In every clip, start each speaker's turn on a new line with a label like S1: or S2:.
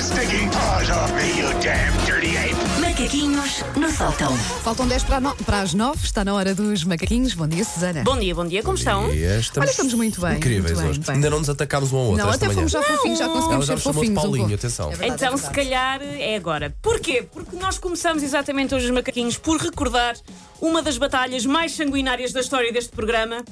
S1: sticking paws off me, you damn dirty ape!
S2: Macaquinhos no sótão.
S3: Faltam 10 para, no- para as 9, está na hora dos macaquinhos. Bom dia, Susana.
S4: Bom dia, bom dia, como estão?
S5: E estamos,
S3: Olha, estamos muito bem,
S5: Incríveis
S3: muito bem,
S5: hoje.
S3: muito bem.
S5: Ainda não nos atacámos um ao outro
S3: Não, até
S5: esta manhã.
S3: fomos já fofinhos, já
S5: Ela
S3: conseguimos
S5: já
S3: ser
S5: me chamou de
S3: fofinhos. um
S5: Paulinho,
S3: pouco.
S5: atenção.
S3: É verdade, é
S4: Então, se
S3: verdade.
S4: calhar é agora. Porquê? Porque nós começamos exatamente hoje os macaquinhos por recordar uma das batalhas mais sanguinárias da história deste programa,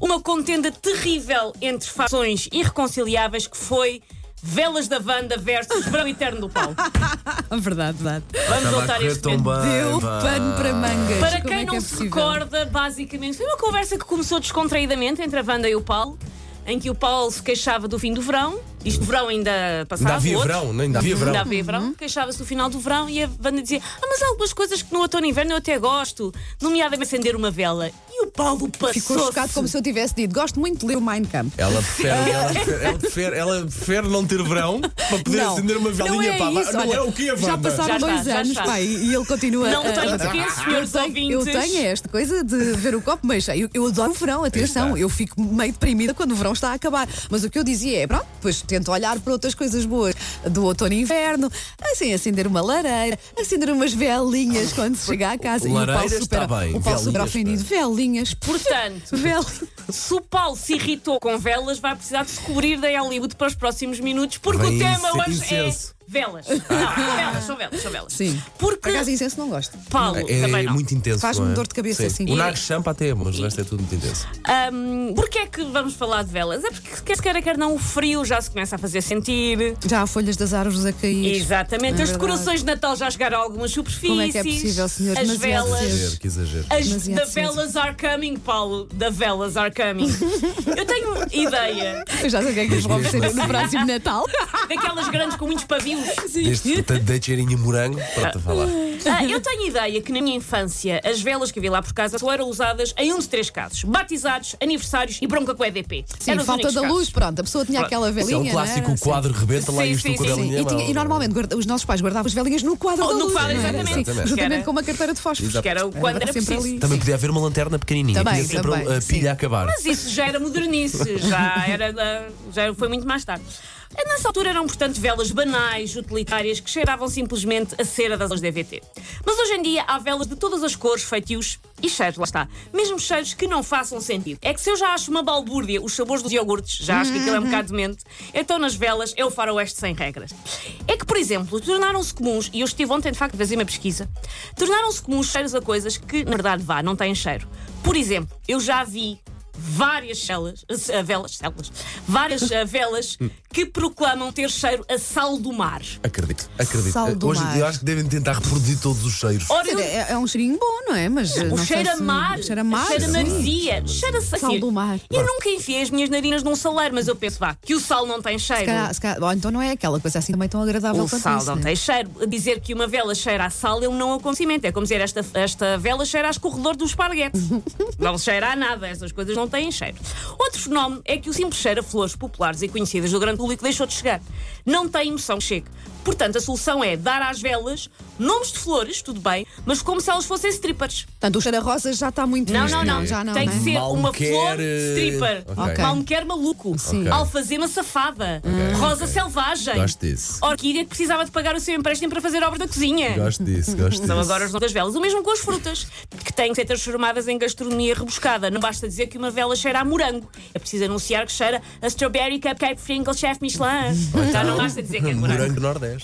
S4: uma contenda terrível entre fações irreconciliáveis que foi Velas da Vanda versus Verão Eterno do Paulo.
S3: Ah, verdade, verdade.
S4: Vamos
S5: Estava a
S4: voltar a
S5: correr
S4: este
S5: tão
S4: momento.
S5: bem,
S3: Deu
S5: pá.
S3: pano para mangas.
S4: Para
S3: Como
S4: quem
S3: é que
S4: não
S3: é
S4: se
S3: possível?
S4: recorda, basicamente, foi uma conversa que começou descontraídamente entre a Wanda e o Paulo, em que o Paulo se queixava do fim do verão, isto verão ainda passado.
S5: Ainda havia
S4: outro.
S5: verão, não, ainda havia verão.
S4: Ainda havia verão,
S3: Uhum.
S4: queixava-se do final do verão e a Wanda dizia: Ah, mas há algumas coisas que no outono e inverno eu até gosto, nomeadamente acender uma vela. E o Paulo passou.
S3: Ficou chocado como se eu tivesse dito. Gosto muito de ler o Mein Kampf.
S5: Ela prefere, ela, prefere, ela, prefere, ela prefere não ter verão para poder
S3: Não,
S5: acender uma
S3: não
S5: velinha
S3: é
S5: pá, vai-
S3: isso,
S5: Não
S3: olha,
S5: é o que é,
S3: Já
S5: Wanda?
S3: passaram
S4: Já está,
S3: dois
S4: já
S3: anos,
S4: está.
S3: pá, e e ele continua.
S4: Não
S3: a- a-
S4: tenho porquê, senhores ouvintes.
S3: Eu tenho é. esta coisa de ver o copo meio cheio. Eu, eu adoro o verão, atenção.
S5: está.
S3: Eu fico meio deprimida quando o verão está a acabar. Mas o que eu dizia é, pronto, depois tento olhar para outras coisas boas do outono e inverno, assim, acender uma lareira, acender umas velinhas quando se chega à casa. e o Paulo
S5: Lareiras
S3: supera,
S5: está bem,
S3: o Paulo super
S5: velinhas,
S3: ofendido. Velinhas,
S4: Portanto,
S3: Vel...
S4: se o Paulo se irritou com velas, vai precisar de se cobrir da Hollywood para os próximos minutos, porque
S5: Vem
S4: o tema
S5: ince-
S4: hoje
S5: incenso. Ah.
S4: é velas. Não, velas, são velas, são velas.
S3: Sim. Por
S4: Porque
S3: acaso, incenso não gosto.
S4: Paulo
S5: É,
S4: também não.
S5: muito intenso.
S3: Faz-me
S5: não é?
S3: dor de cabeça,
S5: Sim.
S3: assim.
S5: O
S3: E-
S5: Nago champa até, mas o resto é tudo muito intenso.
S4: Hum, Porquê é que vamos falar de velas? É porque quer se queira, quer não, o frio já se começa a fazer sentir.
S3: Já há folhas das árvores a cair.
S4: Exatamente,
S3: É
S4: as
S3: verdade.
S4: decorações de Natal já chegaram a algumas superfícies.
S3: Como é que é possível, senhor?
S4: As
S3: Demasiado
S5: Que
S3: cedo.
S4: velas.
S5: exagero, que exagero.
S4: As
S3: Demasiado
S4: da
S3: cedo.
S4: velas are coming, Paulo. Da velas are coming. Eu tenho ideia
S3: Eu já sei o que é que eles vão oferecer no próximo Natal.
S4: daquelas grandes com muitos pavios.
S5: Deste tanto de cheirinho de morango, pronto, vá lá. é
S4: Ah, eu tenho ideia que na minha infância as velas que havia lá por casa só eram usadas em um de três casos: batizados, aniversários e bronca com o EDP.
S3: Sim,
S4: Eram os
S3: falta
S4: únicos
S3: da
S4: casos.
S3: luz, pronto. A pessoa tinha aquela
S5: Esse é
S3: velinha.
S5: o clássico
S3: não é?
S5: o quadro rebenta lá
S4: Sim,
S5: isto
S4: sim,
S5: com a
S4: sim.
S3: Sim,
S5: velinha
S3: e,
S5: na
S3: tinha-
S5: mão.
S3: e normalmente guarda- os nossos pais guardavam as velinhas no quadro
S4: Oh,
S3: da
S4: no
S3: luz.
S4: quadro,
S3: não era?
S4: exatamente.
S3: Sim,
S5: Exatamente.
S3: Juntamente
S4: Era-
S3: com uma carteira de fósforos.
S4: Que era o quando era
S3: sempre
S4: preciso.
S3: ali.
S5: Também podia haver uma lanterna pequenininha.
S3: Também,
S5: tinha sempre
S3: também,
S5: a
S3: sim.
S5: pilha a acabar.
S4: Mas isso já era modernice, já era da- já foi muito mais tarde. Nessa altura eram, portanto, velas banais, utilitárias, que cheiravam simplesmente a cera das velas DVT. Mas hoje em dia há velas de todas as cores, feitios e cheiros, lá está. Mesmo cheiros que não façam sentido. É que se eu já acho uma balbúrdia os sabores dos iogurtes, já acho que aquilo é um bocado demente, então nas velas é o faroeste sem regras. É que, por exemplo, tornaram-se comuns, e eu estive ontem de facto a fazer uma pesquisa, tornaram-se comuns cheiros a coisas que, na verdade, vá, não têm cheiro. Por exemplo, eu já vi várias celas, eh, velas, celas, várias eh, velas que proclamam ter cheiro a sal do mar.
S5: Acredito, acredito.
S3: Sal do
S5: Hoje
S3: mar.
S5: eu acho que devem tentar reproduzir todos os cheiros.
S4: Ora,
S3: Quer dizer,
S4: eu-
S3: É, é um cheirinho bom, não é? Mas
S4: o cheiro a mar,
S3: Cheira a mar.
S4: cheiro a
S3: sim.
S4: marizia, cheiro a
S3: Sal do mar.
S4: Eu nunca enfiei as minhas narinas num saleiro, mas eu penso, vá, que o sal não tem
S3: Se
S4: cheiro.
S3: calhar- se calhar- bom, então não é aquela coisa assim também tão agradável
S4: O
S3: quanto
S4: sal
S3: isso,
S4: não
S3: né?
S4: tem cheiro. Dizer que uma vela cheira a sal é um não acontecimento. É como dizer esta, esta vela cheira a escorredor do esparguete. não cheira a nada. Essas coisas não têm cheiro. Outro fenómeno é que o simples cheiro a flores populares e conhecidas do grande público deixou de chegar. Não tem emoção que chegue. Portanto, a solução é dar às velas nomes de flores, tudo bem, mas como se elas fossem strippers.
S3: Portanto, o cheiro a rosas já está muito.
S4: Não,
S3: triste,
S4: não, não.
S3: Já não.
S4: Tem
S3: não
S4: que
S3: é?
S4: ser
S5: Mal me
S4: uma
S5: quer,
S4: flor
S5: eh,
S4: stripper.
S5: ok.
S4: Mal me quer maluco.
S3: Sim.
S4: Alfazema safada. Rosa selvagem.
S5: Gosto disso.
S4: Orquídea que precisava de pagar o seu empréstimo para fazer a obra da cozinha.
S5: Gosto disso, gosto disso.
S4: São agora as notas velas. O mesmo com as frutas, que têm que ser transformadas em gastronomia rebuscada. Não basta dizer que uma vela cheira a morango. É preciso anunciar que cheira a Strawberry Cupcake Pringle Chef Michelin.
S5: então,
S4: Já não basta dizer que
S5: um
S4: é morango.
S5: Morango Nordeste.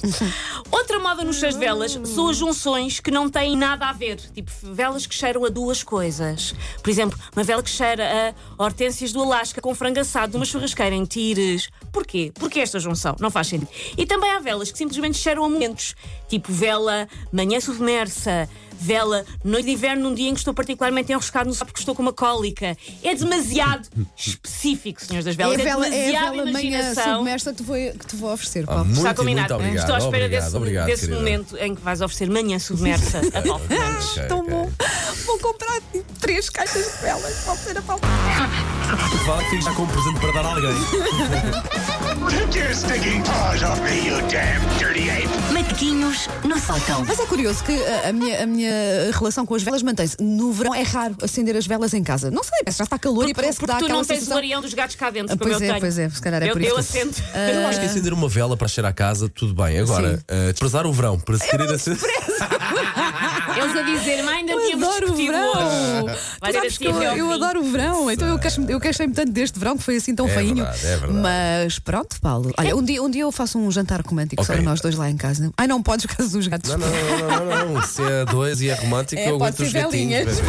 S4: Outra moda nos cheiros de velas
S3: Hum.
S4: são as junções que não têm nada a ver. Tipo, velas que cheiram a duas coisas. Por exemplo, uma vela que cheira a hortênsias do Alasca com frango assado numa churrasqueira em tires. Porquê? Porque é esta junção não faz sentido. E também há velas que simplesmente cheiram a momentos. Tipo, vela manhã submersa. Vela, noite de inverno, num dia em que estou particularmente enroscado no sapo porque estou com uma cólica. É demasiado específico, senhores das
S3: É a
S4: velas. É,
S3: vela, é a
S4: demasiada
S3: vela manhã
S4: imaginação.
S3: submersa que te vou, que te vou oferecer,
S5: Ah,
S3: Paulo.
S5: muito
S4: Está
S5: e
S4: combinado. né?
S5: muito obrigado.
S4: Estou à espera
S5: obrigado,
S4: desse,
S5: obrigado,
S4: desse
S5: querida.
S4: momento em que vais oferecer manhã submersa a Paulo Fernandes.
S5: Ok,
S3: Ah, Tão
S5: ok.
S3: bom. Vou comprar tipo, três caixas de velas para oferecer a Paulo.
S5: Vá, fica já com um presente para dar a alguém.
S1: Take your stinking paws off me, you damn dirty ape!
S2: Macaquinhos no sótão.
S3: Mas é curioso que a, a minha, a minha minha relação com as velas mantém-se. No verão é raro acender as velas em casa. Não sei, parece que já está calor e parece que
S4: Porque
S3: dá
S4: tu
S3: aquela
S4: não tens o
S3: sensação...
S4: larião dos gatos cá dentro,
S3: Ah,
S4: como
S3: pois
S4: eu
S3: é,
S4: tenho.
S3: pois é, se calhar é
S4: eu,
S3: por isso
S4: Eu
S3: que- Ah.
S4: acendo.
S5: Eu acho que acender uma vela para cheirar a casa, tudo bem. Agora,
S3: Sim.
S5: eh, desprezar o verão para se querer acender.
S4: Eles a dizer, mas ainda
S3: Eu
S4: tínhamos
S3: adoro o
S4: discutido
S3: verão.
S4: hoje.
S3: Tu
S4: Vai ser
S3: Ah, sabes
S4: assim
S3: que eu,
S4: até ao
S3: eu
S4: fim.
S3: adoro o verão, então eu queixo-me- eu queixei-me tanto deste verão que foi assim tão
S5: É
S3: feinho.
S5: verdade, é verdade.
S3: Mas pronto, Paulo.
S4: É.
S3: Olha, um dia, um dia eu faço um jantar romântico só
S5: Ok.
S3: nós dois lá em casa. Ai, não podes, por causa dos gatos.
S5: Não, não, não, não, não, não. Se é dois e é romântico,
S3: É,
S5: eu
S3: pode
S5: aguento
S3: ser
S5: os gatinhos.
S3: velinhas.
S5: bebê.